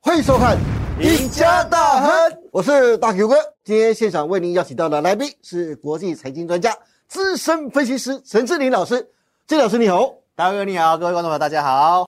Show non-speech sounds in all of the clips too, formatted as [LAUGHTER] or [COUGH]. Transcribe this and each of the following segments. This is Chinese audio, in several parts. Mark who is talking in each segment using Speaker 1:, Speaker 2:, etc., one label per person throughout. Speaker 1: 欢迎收看《
Speaker 2: 赢家大亨》，
Speaker 1: 我是大牛哥。今天现场为您邀请到的来宾是国际财经专家、资深分析师陈志林老师。志老师你好，
Speaker 2: 大哥你好，各位观众朋友大家好。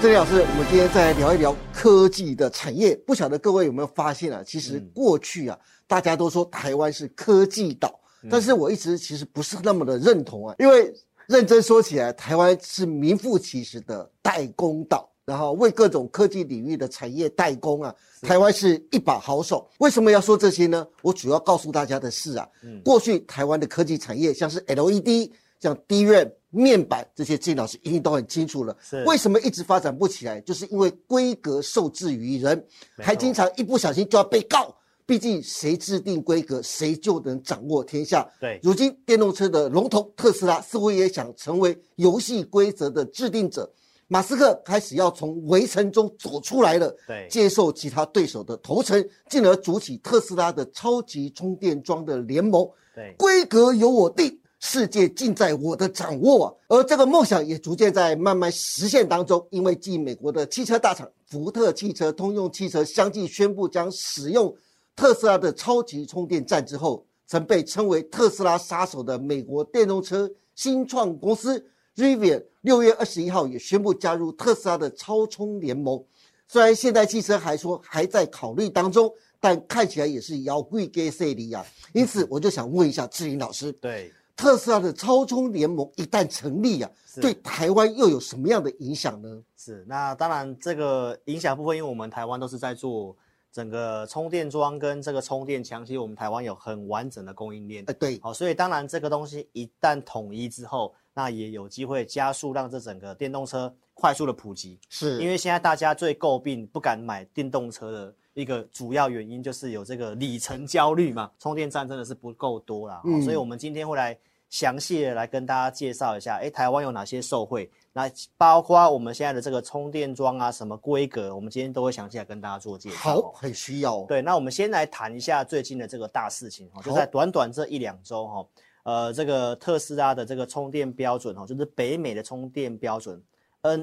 Speaker 1: 志林老师，我们今天再聊一聊科技的产业。不晓得各位有没有发现啊？其实过去啊，大家都说台湾是科技岛，但是我一直其实不是那么的认同啊，因为认真说起来，台湾是名副其实的代工岛。然后为各种科技领域的产业代工啊，台湾是一把好手。为什么要说这些呢？我主要告诉大家的是啊，
Speaker 2: 嗯
Speaker 1: 过去台湾的科技产业，像是 LED、像 DRAM、面板这些，金老师一定都很清楚了。
Speaker 2: 是
Speaker 1: 为什么一直发展不起来？就是因为规格受制于人，
Speaker 2: 没错
Speaker 1: 还经常一不小心就要被告。毕竟谁制定规格，谁就能掌握天下。
Speaker 2: 对
Speaker 1: 如今电动车的龙头特斯拉似乎也想成为游戏规则的制定者。马斯克开始要从围城中走出来了，
Speaker 2: 对
Speaker 1: 接受其他对手的投诚，进而组起特斯拉的超级充电桩的联盟。
Speaker 2: 对，
Speaker 1: 规格由我定，世界尽在我的掌握啊！而这个梦想也逐渐在慢慢实现当中，因为继美国的汽车大厂福特汽车、通用汽车相继宣布将使用特斯拉的超级充电站之后，曾被称为特斯拉杀手的美国电动车新创公司 Rivian，六月二十一号也宣布加入特斯拉的超充联盟。虽然现代汽车还说还在考虑当中，但看起来也是摇贵给塞利亚。啊因此，我就想问一下志林老师，
Speaker 2: 对，
Speaker 1: 特斯拉的超充联盟一旦成立啊，
Speaker 2: 是
Speaker 1: 对台湾又有什么样的影响呢？
Speaker 2: 是。那当然，这个影响部分，因为我们台湾都是在做整个充电桩跟这个充电枪，其实我们台湾有很完整的供应链。
Speaker 1: 哎，对，
Speaker 2: 好、所以当然这个东西一旦统一之后，那也有机会加速让这整个电动车快速的普及。
Speaker 1: 是
Speaker 2: 因为现在大家最诟病不敢买电动车的一个主要原因，就是有这个里程焦虑嘛。充电站真的是不够多啦，
Speaker 1: 嗯
Speaker 2: 哦所以我们今天会来详细的来跟大家介绍一下，哎，台湾有哪些受惠，那包括我们现在的这个充电桩啊，什么规格，我们今天都会详细来跟大家做介绍、
Speaker 1: 好，
Speaker 2: 哦。
Speaker 1: 很需要哦。
Speaker 2: 对，那我们先来谈一下最近的这个大事情哦，就在短短这一两周哈、哦，呃，这个特斯拉的这个充电标准哦，就是北美的充电标准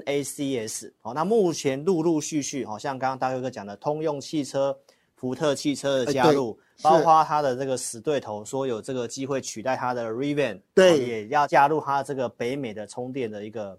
Speaker 2: NACS 哦，那目前陆陆续续哦，像刚刚大哥哥讲的，通用汽车、福特汽车的
Speaker 1: 哎
Speaker 2: 加
Speaker 1: 对
Speaker 2: 入，
Speaker 1: 是
Speaker 2: 包括它的这个死对头说有这个机会取代它的 Rivian，哦
Speaker 1: 对
Speaker 2: 也要加入它这个北美的充电的一个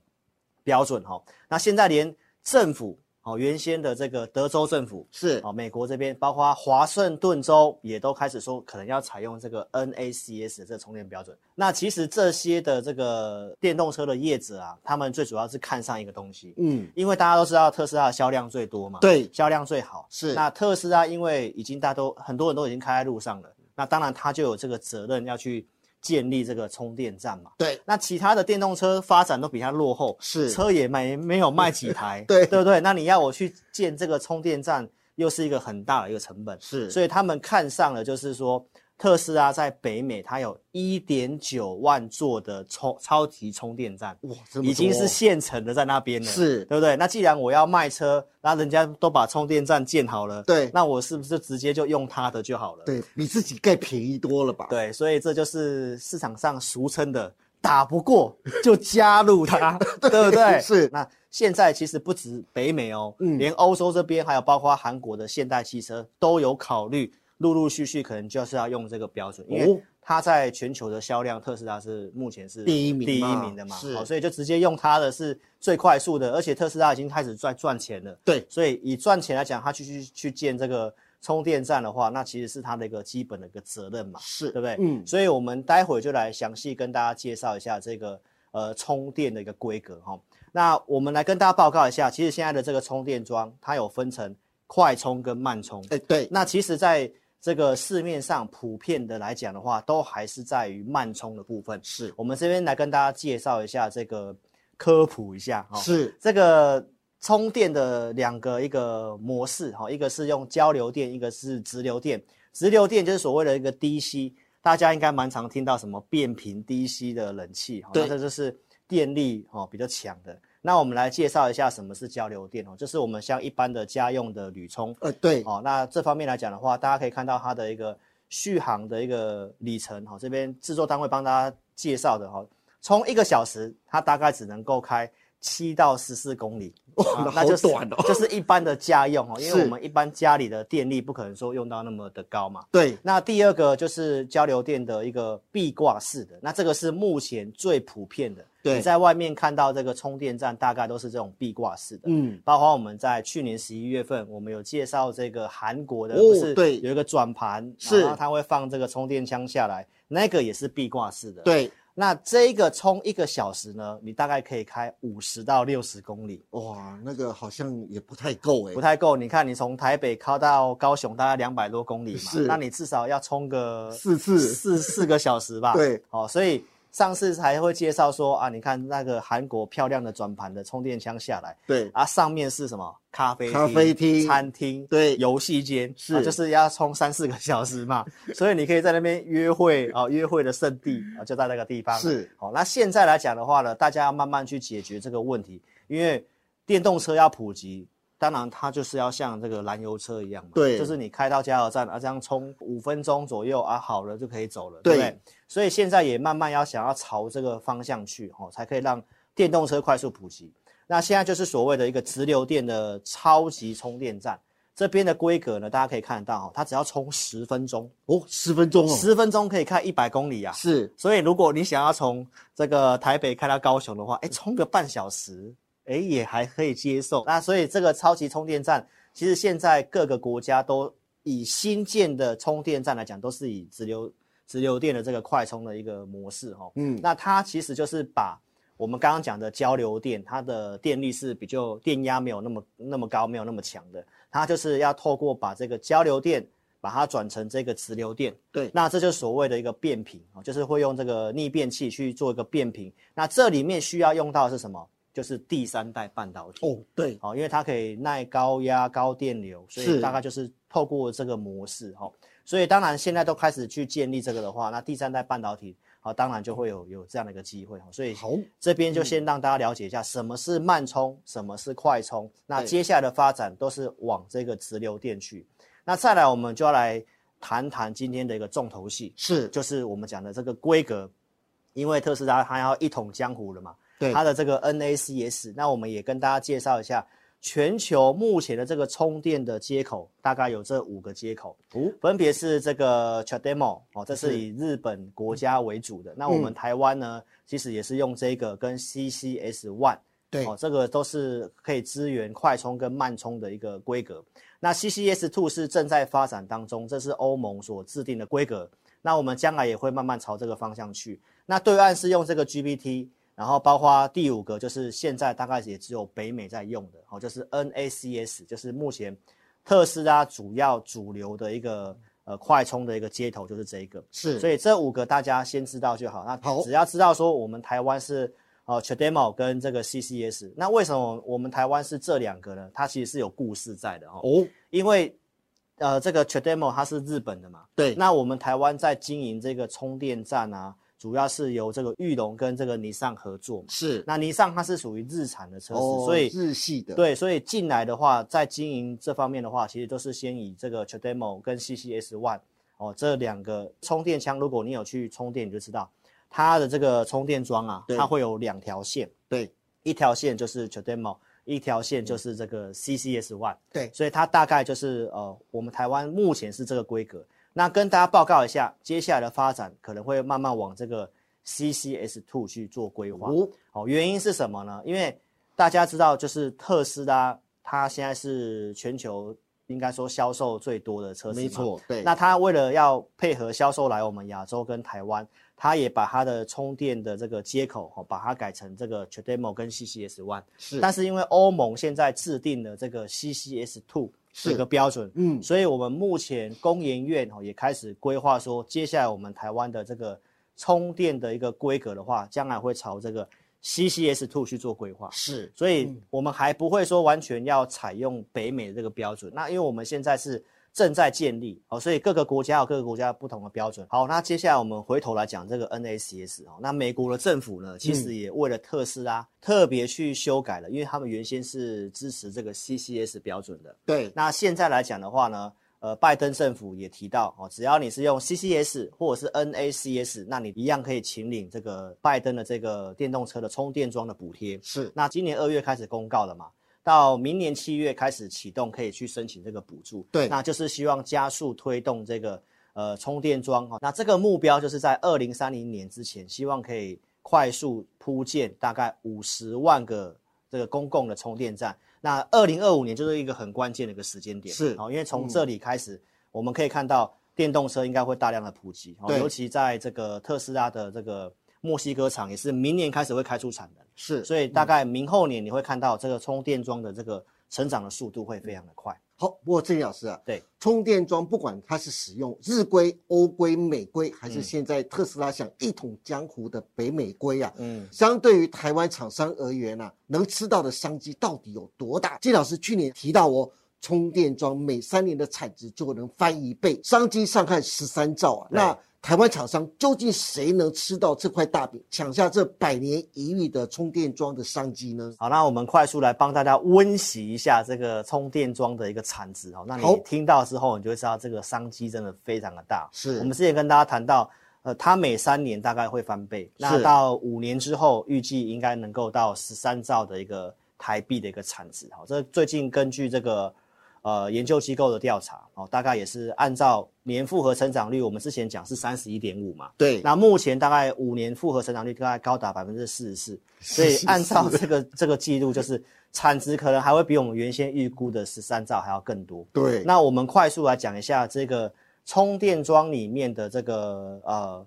Speaker 2: 标准哈、哦，那现在连政府哦，原先的这个德州政府
Speaker 1: 是
Speaker 2: 哦，美国这边包括华盛顿州也都开始说可能要采用这个 NACS 的这个充电标准。那其实这些的这个电动车的业者啊，他们最主要是看上一个东西，
Speaker 1: 嗯，
Speaker 2: 因为大家都知道特斯拉的销量最多嘛，，
Speaker 1: 对，
Speaker 2: 销量最好。
Speaker 1: 是
Speaker 2: 那特斯拉因为已经大家都很多人都已经开在路上了，那当然它就有这个责任要去建立这个充电站嘛。
Speaker 1: 对，
Speaker 2: 那其他的电动车发展都比它落后，
Speaker 1: 是，
Speaker 2: 车也没没有卖几台
Speaker 1: 对
Speaker 2: 对不对？那你要我去建这个充电站，又是一个很大的一个成本，
Speaker 1: 是，
Speaker 2: 所以他们看上了，就是说特斯拉在北美它有1.9万座的充超级充电站，
Speaker 1: 哇，这么
Speaker 2: 已经
Speaker 1: 多
Speaker 2: 是现成的在那边了，
Speaker 1: 是
Speaker 2: 对不对？那既然我要卖车，那人家都把充电站建好了，
Speaker 1: 对
Speaker 2: 那我是不是就直接就用它的就好了？
Speaker 1: 对比自己盖便宜多了吧？，
Speaker 2: 对，所以这就是市场上俗称的打不过就加入
Speaker 1: [LAUGHS]
Speaker 2: 它，对不对？
Speaker 1: 是
Speaker 2: 那现在其实不止北美哦，
Speaker 1: 嗯
Speaker 2: 连欧洲这边还有包括韩国的现代汽车都有考虑，陆陆续续可能就是要用这个标准，因
Speaker 1: 哦
Speaker 2: 为它在全球的销量，特斯拉是目前是
Speaker 1: 第一名
Speaker 2: 第一
Speaker 1: 嘛
Speaker 2: 名的嘛，
Speaker 1: 是
Speaker 2: 好所以就直接用它的是最快速的，而且特斯拉已经开始在赚钱了。
Speaker 1: 对，
Speaker 2: 所以以赚钱来讲，它去去去建这个充电站的话，那其实是它的一个基本的一个责任嘛。
Speaker 1: 是，
Speaker 2: 对不对？
Speaker 1: 嗯，
Speaker 2: 所以我们待会就来详细跟大家介绍一下这个呃充电的一个规格哈、那我们来跟大家报告一下，其实现在的这个充电桩它有分成快充跟慢充。
Speaker 1: 哎，对，
Speaker 2: 那其实在这个市面上普遍的来讲的话，都还是在于慢充的部分。
Speaker 1: 是
Speaker 2: 我们这边来跟大家介绍一下这个科普一下哈、
Speaker 1: 是，
Speaker 2: 这个充电的两个一个模式哈，一个是用交流电，一个是直流电。直流电就是所谓的一个 DC，大家应该蛮常听到什么变频 DC 的冷气哈，
Speaker 1: 对
Speaker 2: 那这就是电力哦比较强的。那我们来介绍一下什么是交流电哦，就是我们像一般的家用的铝充，
Speaker 1: 呃，对，
Speaker 2: 哦，那这方面来讲的话，大家可以看到它的一个续航的一个里程，哈、哦，这边制作单位帮大家介绍的哈、哦，充一个小时，它大概只能够开七到十四公里，
Speaker 1: 哇
Speaker 2: 啊
Speaker 1: 那
Speaker 2: 那就是
Speaker 1: 好短哦
Speaker 2: 就是一般的家用
Speaker 1: [LAUGHS]
Speaker 2: 哦，因为
Speaker 1: 是
Speaker 2: 我们一般家里的电力不可能说用到那么的高嘛。
Speaker 1: 对，
Speaker 2: 那第二个就是交流电的一个壁挂式的，那这个是目前最普遍的。
Speaker 1: 对
Speaker 2: 你在外面看到这个充电站，大概都是这种壁挂式的。
Speaker 1: 嗯，
Speaker 2: 包括我们在去年十一月份，我们有介绍这个韩国的，
Speaker 1: 哦
Speaker 2: 不是
Speaker 1: 对
Speaker 2: 有一个转盘，
Speaker 1: 是
Speaker 2: 然后它会放这个充电枪下来，那个也是壁挂式的。，
Speaker 1: 对，
Speaker 2: 那这个充一个小时呢，你大概可以开五十到六十公里，
Speaker 1: 哇，那个好像也不太够哎、
Speaker 2: 不太够。你看，你从台北开到高雄大概两百多公里嘛
Speaker 1: 是，
Speaker 2: 那你至少要充个
Speaker 1: 四次，
Speaker 2: 四四个小时吧。
Speaker 1: 对，
Speaker 2: 哦，所以上次才会介绍说啊，你看那个韩国漂亮的转盘的充电枪下来。
Speaker 1: 对，
Speaker 2: 啊，上面是什么？咖啡
Speaker 1: 咖啡厅
Speaker 2: 餐厅、
Speaker 1: 对
Speaker 2: 游戏间，
Speaker 1: 是
Speaker 2: 啊就是要充三四个小时嘛，所以你可以在那边约会啊、约会的圣地啊、就在那个地方。
Speaker 1: 是，
Speaker 2: 好、那现在来讲的话呢，大家要慢慢去解决这个问题，因为电动车要普及。当然，它就是要像这个燃油车一样嘛，
Speaker 1: 对
Speaker 2: 就是你开到加油站啊，这样充五分钟左右啊，好了就可以走了，
Speaker 1: 对
Speaker 2: 对不对？所以现在也慢慢要想要朝这个方向去，哦，才可以让电动车快速普及。那现在就是所谓的一个直流电的超级充电站，这边的规格呢，大家可以看得到哦，它只要充十分钟，
Speaker 1: 哦，十分钟哦，
Speaker 2: 十分钟可以开一百公里啊。
Speaker 1: 是，
Speaker 2: 所以如果你想要从这个台北开到高雄的话，哎，充个半小时，哎，也还可以接受。那所以这个超级充电站，其实现在各个国家都以新建的充电站来讲，都是以直流直流电的这个快充的一个模式哦。
Speaker 1: 嗯，
Speaker 2: 那它其实就是把我们刚刚讲的交流电，它的电力是比较电压没有那么那么高，没有那么强的，它就是要透过把这个交流电把它转成这个直流电。
Speaker 1: 对，
Speaker 2: 那这就是所谓的一个变频哦，就是会用这个逆变器去做一个变频。那这里面需要用到的是什么？就是第三代半导体
Speaker 1: 哦，对，
Speaker 2: 哦，因为它可以耐高压、高电流，所
Speaker 1: 是
Speaker 2: 以大概就是透过这个模式哦。所以当然现在都开始去建立这个的话，那第三代半导体啊、哦，当然就会有有这样的一个机会哦。所以
Speaker 1: 好，嗯
Speaker 2: 这边就先让大家了解一下什么是慢充，什么是快充。那
Speaker 1: 对
Speaker 2: 接下来的发展都是往这个直流电去。那再来，我们就要来谈谈今天的一个重头戏，
Speaker 1: 是，
Speaker 2: 就是我们讲的这个规格，因为特斯拉它要一统江湖了嘛，
Speaker 1: 对哦
Speaker 2: 它，的这个 NACS，那我们也跟大家介绍一下，全球目前的这个充电的接口大概有这五个接口，
Speaker 1: 哦，
Speaker 2: 分别是这个 CHAdeMO 哦，这
Speaker 1: 是嗯
Speaker 2: 是以日本国家为主的，那我们台湾呢，其实也是用这个跟 CCS One。
Speaker 1: 对，
Speaker 2: 哦，这个都是可以支援快充跟慢充的一个规格。那 CCS Two 是正在发展当中，这是欧盟所制定的规格。那我们将来也会慢慢朝这个方向去。那对岸是用这个 GPT，然后包括第五个就是现在大概也只有北美在用的，哦，就是 NACS，就是目前特斯拉主要主流的一个呃快充的一个接头就是这一个。
Speaker 1: 是，
Speaker 2: 所以这五个大家先知道就好。那
Speaker 1: 好
Speaker 2: 只要知道说我们台湾是呃 CHAdeMO 跟这个 CCS，那为什么我们台湾是这两个呢？它其实是有故事在的哦，
Speaker 1: 哦，
Speaker 2: 因为呃这个 CHAdeMO 它是日本的嘛，
Speaker 1: 对，
Speaker 2: 那我们台湾在经营这个充电站啊，主要是由这个玉龙跟这个尼桑合作嘛。
Speaker 1: 是，
Speaker 2: 那尼桑它是属于日产的车子，
Speaker 1: 哦，
Speaker 2: 所以
Speaker 1: 日系的，，
Speaker 2: 对，所以进来的话，在经营这方面的话，其实都是先以这个 CHAdeMO 跟 CCS One 哦这两个充电枪，如果你有去充电，你就知道它的这个充电桩啊，
Speaker 1: 对
Speaker 2: 它会有两条线，
Speaker 1: 对，
Speaker 2: 一条线就是 CHAdeMO，一条线就是这个 CCS One。
Speaker 1: 对，
Speaker 2: 所以它大概就是呃，我们台湾目前是这个规格。那跟大家报告一下，接下来的发展可能会慢慢往这个 CCS Two 去做规划。
Speaker 1: 哦，
Speaker 2: 哦，原因是什么呢？因为大家知道，就是特斯拉，它现在是全球应该说销售最多的车子，
Speaker 1: 没。错，对，
Speaker 2: 那它为了要配合销售来我们亚洲跟台湾，它也把它的充电的这个接口哦，把它改成这个 CHAdeMO 跟 CCS One。
Speaker 1: 是，
Speaker 2: 但是因为欧盟现在制定了这个 CCS Two
Speaker 1: 是
Speaker 2: 这个标准，
Speaker 1: 嗯，
Speaker 2: 所以我们目前工研院哦也开始规划说，接下来我们台湾的这个充电的一个规格的话，将来会朝这个 CCS Two 去做规划。
Speaker 1: 是，
Speaker 2: 所以我们还不会说完全要采用北美的这个标准。那因为我们现在是正在建立哦，所以各个国家有各个国家不同的标准。好，那接下来我们回头来讲这个 NACS 哦，那美国的政府呢，其实也为了特斯拉特别去修改了，因为他们原先是支持这个 CCS 标准的。
Speaker 1: 对，
Speaker 2: 那现在来讲的话呢，呃，拜登政府也提到哦，只要你是用 CCS 或者是 NACS，那你一样可以请领这个拜登的这个电动车的充电桩的补贴。
Speaker 1: 是
Speaker 2: 那今年二月开始公告了嘛，到明年七月开始启动，可以去申请这个补助。
Speaker 1: 对
Speaker 2: 那就是希望加速推动这个呃充电桩哈、哦。那这个目标就是在二零三零年之前，希望可以快速铺建大概五十万个这个公共的充电站。那二零二五年就是一个很关键的一个时间点，
Speaker 1: 是嗯
Speaker 2: 哦，因为从这里开始，我们可以看到电动车应该会大量的普及，哦，
Speaker 1: 对
Speaker 2: 尤其在这个特斯拉的这个墨西哥厂也是明年开始会开出产能。
Speaker 1: 是。
Speaker 2: 所以大概明后年你会看到这个充电桩的这个成长的速度会非常的快。
Speaker 1: 好，不过郑老师啊，
Speaker 2: 对，
Speaker 1: 充电桩不管它是使用日规、欧规、美规，还
Speaker 2: 嗯
Speaker 1: 是现在特斯拉想一统江湖的北美规啊，
Speaker 2: 嗯，
Speaker 1: 相对于台湾厂商而言啊，能吃到的商机到底有多大？金老师去年提到哦，充电桩每三年的产值就能翻一倍，商机上看十三兆啊。
Speaker 2: 对
Speaker 1: 那台湾厂商究竟谁能吃到这块大饼，抢下这百年一遇的充电桩的商机呢？
Speaker 2: 好，那我们快速来帮大家温习一下这个充电桩的一个产值哦。那
Speaker 1: 好
Speaker 2: 你听到之后，你就会知道这个商机真的非常的大。
Speaker 1: 是
Speaker 2: 我们之前跟大家谈到，呃，它每三年大概会翻倍，那
Speaker 1: 是
Speaker 2: 到五年之后，预计应该能够到十三兆的一个台币的一个产值。好，这最近根据这个呃研究机构的调查，哦，大概也是按照年复合成长率，我们之前讲是三十一点五嘛，
Speaker 1: 对，
Speaker 2: 那目前大概五年复合成长率大概高达百分之四
Speaker 1: [LAUGHS]
Speaker 2: 十四，所以按照这个这个记录，就是产值可能还会比我们原先预估的十三兆还要更多。
Speaker 1: 对，
Speaker 2: 那我们快速来讲一下这个充电桩里面的这个呃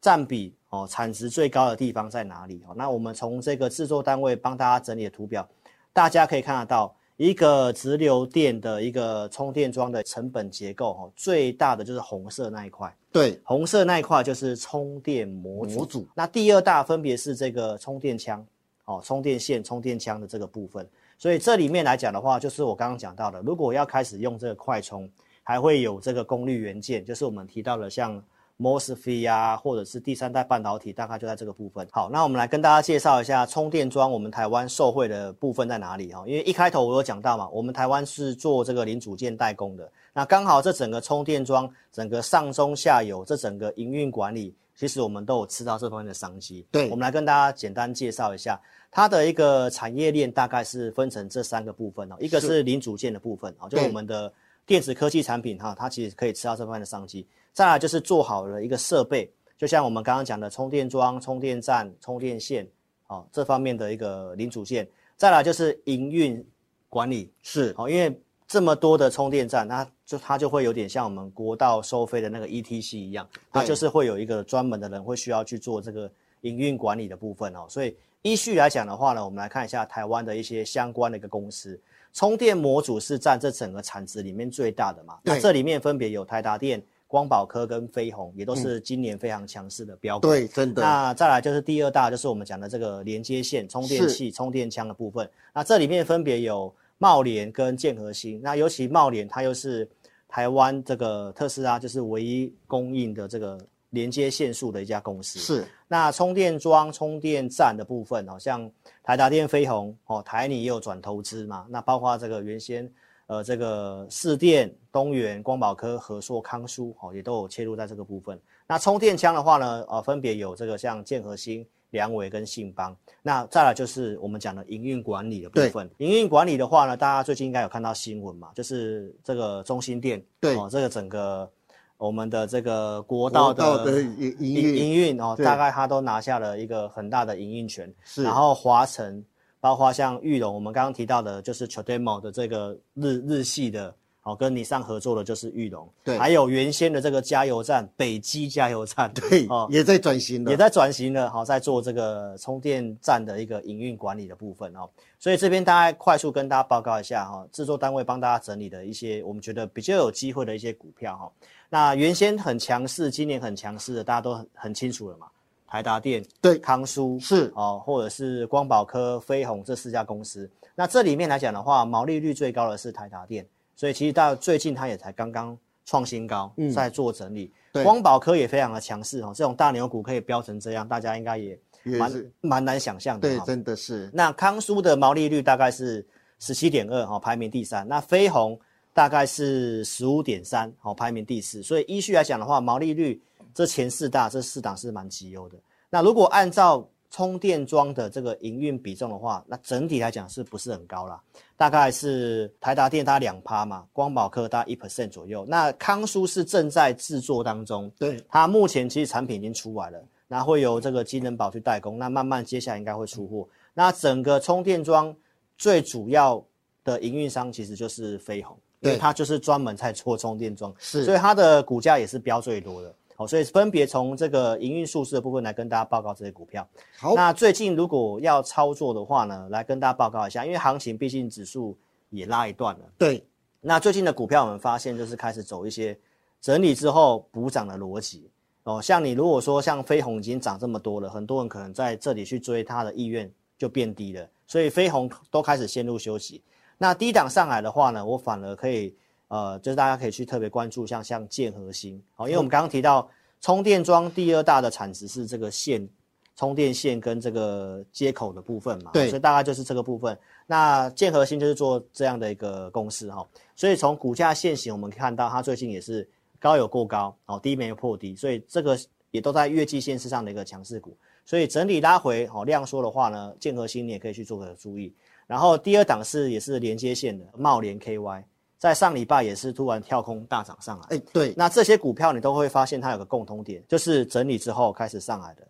Speaker 2: 占比哦，产值最高的地方在哪里？哦，那我们从这个制作单位帮大家整理的图表，大家可以看得到。一个直流电的一个充电桩的成本结构，哦，最大的就是红色那一块，
Speaker 1: 对，
Speaker 2: 红色那一块就是充电模组，
Speaker 1: 模组
Speaker 2: 那第二大分别是这个充电枪，哦，充电线、充电枪的这个部分。所以这里面来讲的话，就是我刚刚讲到的，如果要开始用这个快充，还会有这个功率元件，就是我们提到的像 MOSFET 啊，或者是第三代半导体，大概就在这个部分。好，那我们来跟大家介绍一下充电桩，我们台湾受惠的部分在哪里哦？因为一开头我有讲到嘛，我们台湾是做这个零组件代工的，那刚好这整个充电桩、整个上中下游、这整个营运管理，其实我们都有吃到这方面的商机。
Speaker 1: 对
Speaker 2: 我们来跟大家简单介绍一下它的一个产业链，大概是分成这三个部分哦，一个
Speaker 1: 是
Speaker 2: 是零组件的部分哦，就是
Speaker 1: 对
Speaker 2: 我们的电子科技产品哈，它其实可以吃到这方面的商机。再来就是做好了一个设备，就像我们刚刚讲的充电桩、充电站、充电线，哦这方面的一个零组件。再来就是营运管理，
Speaker 1: 是，
Speaker 2: 哦，因为这么多的充电站，那就它就会有点像我们国道收费的那个 ETC 一样，它
Speaker 1: 对
Speaker 2: 就是会有一个专门的人会需要去做这个营运管理的部分哦。所以依序来讲的话呢，我们来看一下台湾的一些相关的一个公司，充电模组是占这整个产值里面最大的嘛。那
Speaker 1: 对
Speaker 2: 这里面分别有台达电、光宝科跟飞鸿，也都
Speaker 1: 嗯
Speaker 2: 是今年非常强势的标股。
Speaker 1: 对，真的，
Speaker 2: 那再来就是第二大，就是我们讲的这个连接线、充电器、充电枪的部分。那这里面分别有茂联跟建和兴。那尤其茂联，它又是台湾这个特斯拉就是唯一供应的这个连接线束的一家公司。。
Speaker 1: 是，
Speaker 2: 那充电桩、充电站的部分哦，像台达电、飞鸿哦，台泥也有转投资嘛。那包括这个原先呃这个市电、东元、光宝科、和硕、康舒哦，也都有切入在这个部分。那充电枪的话呢，呃，分别有这个像建和兴、良伟跟信邦。那再来就是我们讲的营运管理的部分。营运管理的话呢，大家最近应该有看到新闻嘛，就是这个中心店
Speaker 1: 对
Speaker 2: 哦，这个整个我们的这个国道
Speaker 1: 国道
Speaker 2: 的
Speaker 1: 的营营
Speaker 2: 营
Speaker 1: 运
Speaker 2: 营运哦，
Speaker 1: 对
Speaker 2: 大概他都拿下了一个很大的营运权。
Speaker 1: 是
Speaker 2: 然后华晨，包括像玉龙，我们刚刚提到的，就是 Chodemo 的这个日日系的，哦，跟尼桑合作的就是玉龙，
Speaker 1: 对
Speaker 2: 还有原先的这个加油站北基加油站，
Speaker 1: 对
Speaker 2: 哦，，
Speaker 1: 也在转型
Speaker 2: 也
Speaker 1: 的，
Speaker 2: 在转型了，好、在做这个充电站的一个营运管理的部分哦。所以这边大概快速跟大家报告一下哈、制作单位帮大家整理的一些我们觉得比较有机会的一些股票哈、那原先很强势，今年很强势的，大家都很很清楚了嘛，台达电、
Speaker 1: 对，
Speaker 2: 康舒
Speaker 1: 是
Speaker 2: 哦，或者是光宝科、飞鸿这四家公司。那这里面来讲的话，毛利率最高的是台达电，所以其实到最近它也才刚刚创新高，
Speaker 1: 嗯
Speaker 2: 在做整理。
Speaker 1: 对
Speaker 2: 光宝科也非常的强势哦，这种大牛股可以飙成这样，大家应该也
Speaker 1: 也
Speaker 2: 蛮
Speaker 1: 是
Speaker 2: 蛮难想象的
Speaker 1: 对，
Speaker 2: 哈。
Speaker 1: 真的是
Speaker 2: 哦那康舒的毛利率大概是十七点二哈，排名第三。那飞鸿大概是十五点三，好，排名第四。所以依序来讲的话，毛利率这前四大这四档是蛮绩优的。那如果按照充电桩的这个营运比重的话，那整体来讲是不是很高啦？大概是台达电它两趴嘛，光宝科大概一 percent 左右。那康舒是正在制作当中，
Speaker 1: 对，
Speaker 2: 它目前其实产品已经出来了，那会由这个金能宝去代工，那慢慢接下来应该会出货。那整个充电桩最主要的营运商其实就是飞鸿，因为
Speaker 1: 对
Speaker 2: 它就是专门在做充电桩，
Speaker 1: 是
Speaker 2: 所以它的股价也是飙最多的。好，所以分别从这个营运数字的部分来跟大家报告这些股票。
Speaker 1: 好，
Speaker 2: 那最近如果要操作的话呢，来跟大家报告一下，因为行情毕竟指数也拉一段了。
Speaker 1: 对，
Speaker 2: 那最近的股票我们发现就是开始走一些整理之后补涨的逻辑哦。像你如果说像飞鸿已经涨这么多了，很多人可能在这里去追它的意愿就变低了，所以飞鸿都开始陷入休息。那低档上来的话呢，我反而可以呃，就是大家可以去特别关注像像建核心哦，因为我们刚刚提到充电桩第二大的产值是这个线。充电线跟这个接口的部分嘛，
Speaker 1: 对
Speaker 2: 所以大概就是这个部分。那建核心就是做这样的一个公司哈、所以从股价现行，我们看到它最近也是高有过高，哦，低没有破低，所以这个也都在月季线之上的一个强势股。所以整体拉回，哦，量缩的话呢，建和新你也可以去做个注意。然后第二档是也是连接线的茂联 KY，在上礼拜也是突然跳空大涨上来。
Speaker 1: 哎，对，
Speaker 2: 那这些股票你都会发现它有个共通点，就是整理之后开始上来的，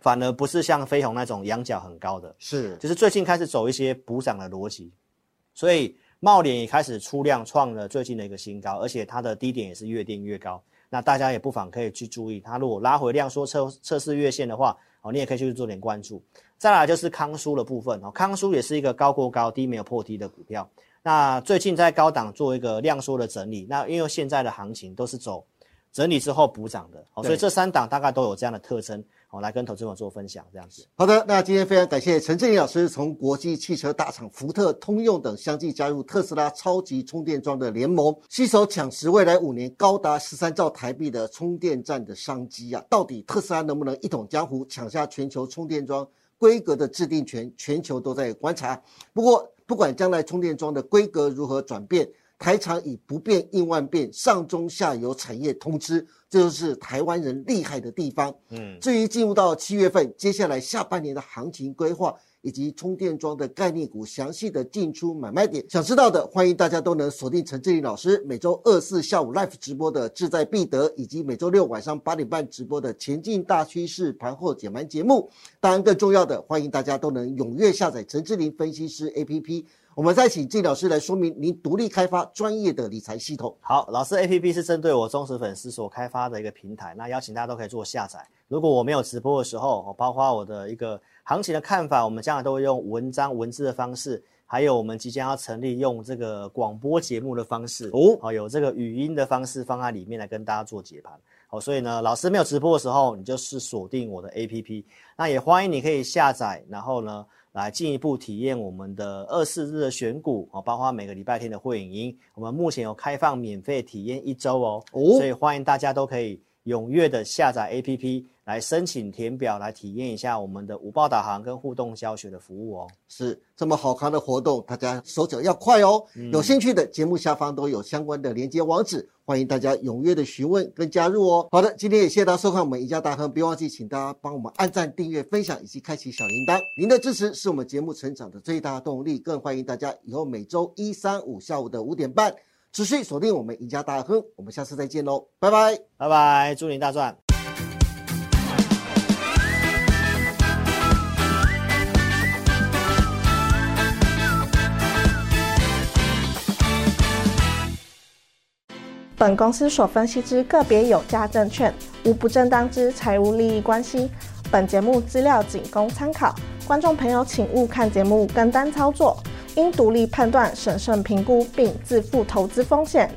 Speaker 2: 反而不是像飞鸿那种仰角很高的，
Speaker 1: 是，
Speaker 2: 就是最近开始走一些补涨的逻辑，所以茂联也开始出量创了最近的一个新高，而且它的低点也是越定越高。那大家也不妨可以去注意，它如果拉回量缩测测试月线的话，哦，你也可以去做点关注。再来就是康舒的部分哦，康舒也是一个高过高、低没有破低的股票。那最近在高档做一个量缩的整理，那因为现在的行情都是走整理之后补涨的，哦，所以
Speaker 1: 对
Speaker 2: 这三档大概都有这样的特征，哦，来跟投资者做分享这样子。
Speaker 1: 好的，那今天非常感谢陈振宇老师从国际汽车大厂福特、通用等相继加入特斯拉超级充电桩的联盟，携手抢食未来五年高达十三兆台币的充电站的商机啊！到底特斯拉能不能一统江湖，抢下全球充电桩规格的制定权？全球都在观察。不过，不管将来充电桩的规格如何转变，台厂以不变应万变，上中下游产业通吃，这就是台湾人厉害的地方。
Speaker 2: 嗯。
Speaker 1: 至于进入到七月份，接下来下半年的行情规划以及充电桩的概念股详细的进出买卖点，想知道的，欢迎大家都能锁定陈志林老师每周二四下午 live 直播的志在必得，以及每周六晚上八点半直播的前进大趋势盘后解盘节目。当然，更重要的，欢迎大家都能踊跃下载陈志林分析师 APP。我们再请志老师来说明您独立开发专业的理财系统。
Speaker 2: 好，老师 A P P 是针对我忠实粉丝所开发的一个平台，那邀请大家都可以做下载。如果我没有直播的时候，哦包括我的一个行情的看法，我们将来都会用文章文字的方式，还有我们即将要成立用这个广播节目的方式
Speaker 1: 哦
Speaker 2: 哦，有这个语音的方式放在里面来跟大家做解盘。哦，所以呢，老师没有直播的时候，你就是锁定我的 A P P，那也欢迎你可以下载，然后呢，来进一步体验我们的二四日的选股哦，包括每个礼拜天的会影音，我们目前有开放免费体验一周哦，
Speaker 1: 哦
Speaker 2: 所以欢迎大家都可以踊跃的下载 A P P 来申请填表来体验一下我们的五报导航跟互动教学的服务哦。
Speaker 1: 是这么好看的活动，大家手脚要快哦。有兴趣的节目下方都有相关的连接网址，欢迎大家踊跃的询问跟加入哦。好的，今天也谢谢大家收看我们赢家大亨，别忘记请大家帮我们按赞、订阅、分享以及开启小铃铛。您的支持是我们节目成长的最大动力，更欢迎大家以后每周一、三、五下午的五点半持续锁定我们赢家大亨。我们下次再见喽，拜拜。
Speaker 2: 拜拜，祝您大赚！
Speaker 3: 本公司所分析之个别有价证券，无不正当之财务利益关系。本节目资料仅供参考，观众朋友请勿看节目跟单操作，应独立判断、审慎评估并自负投资风险。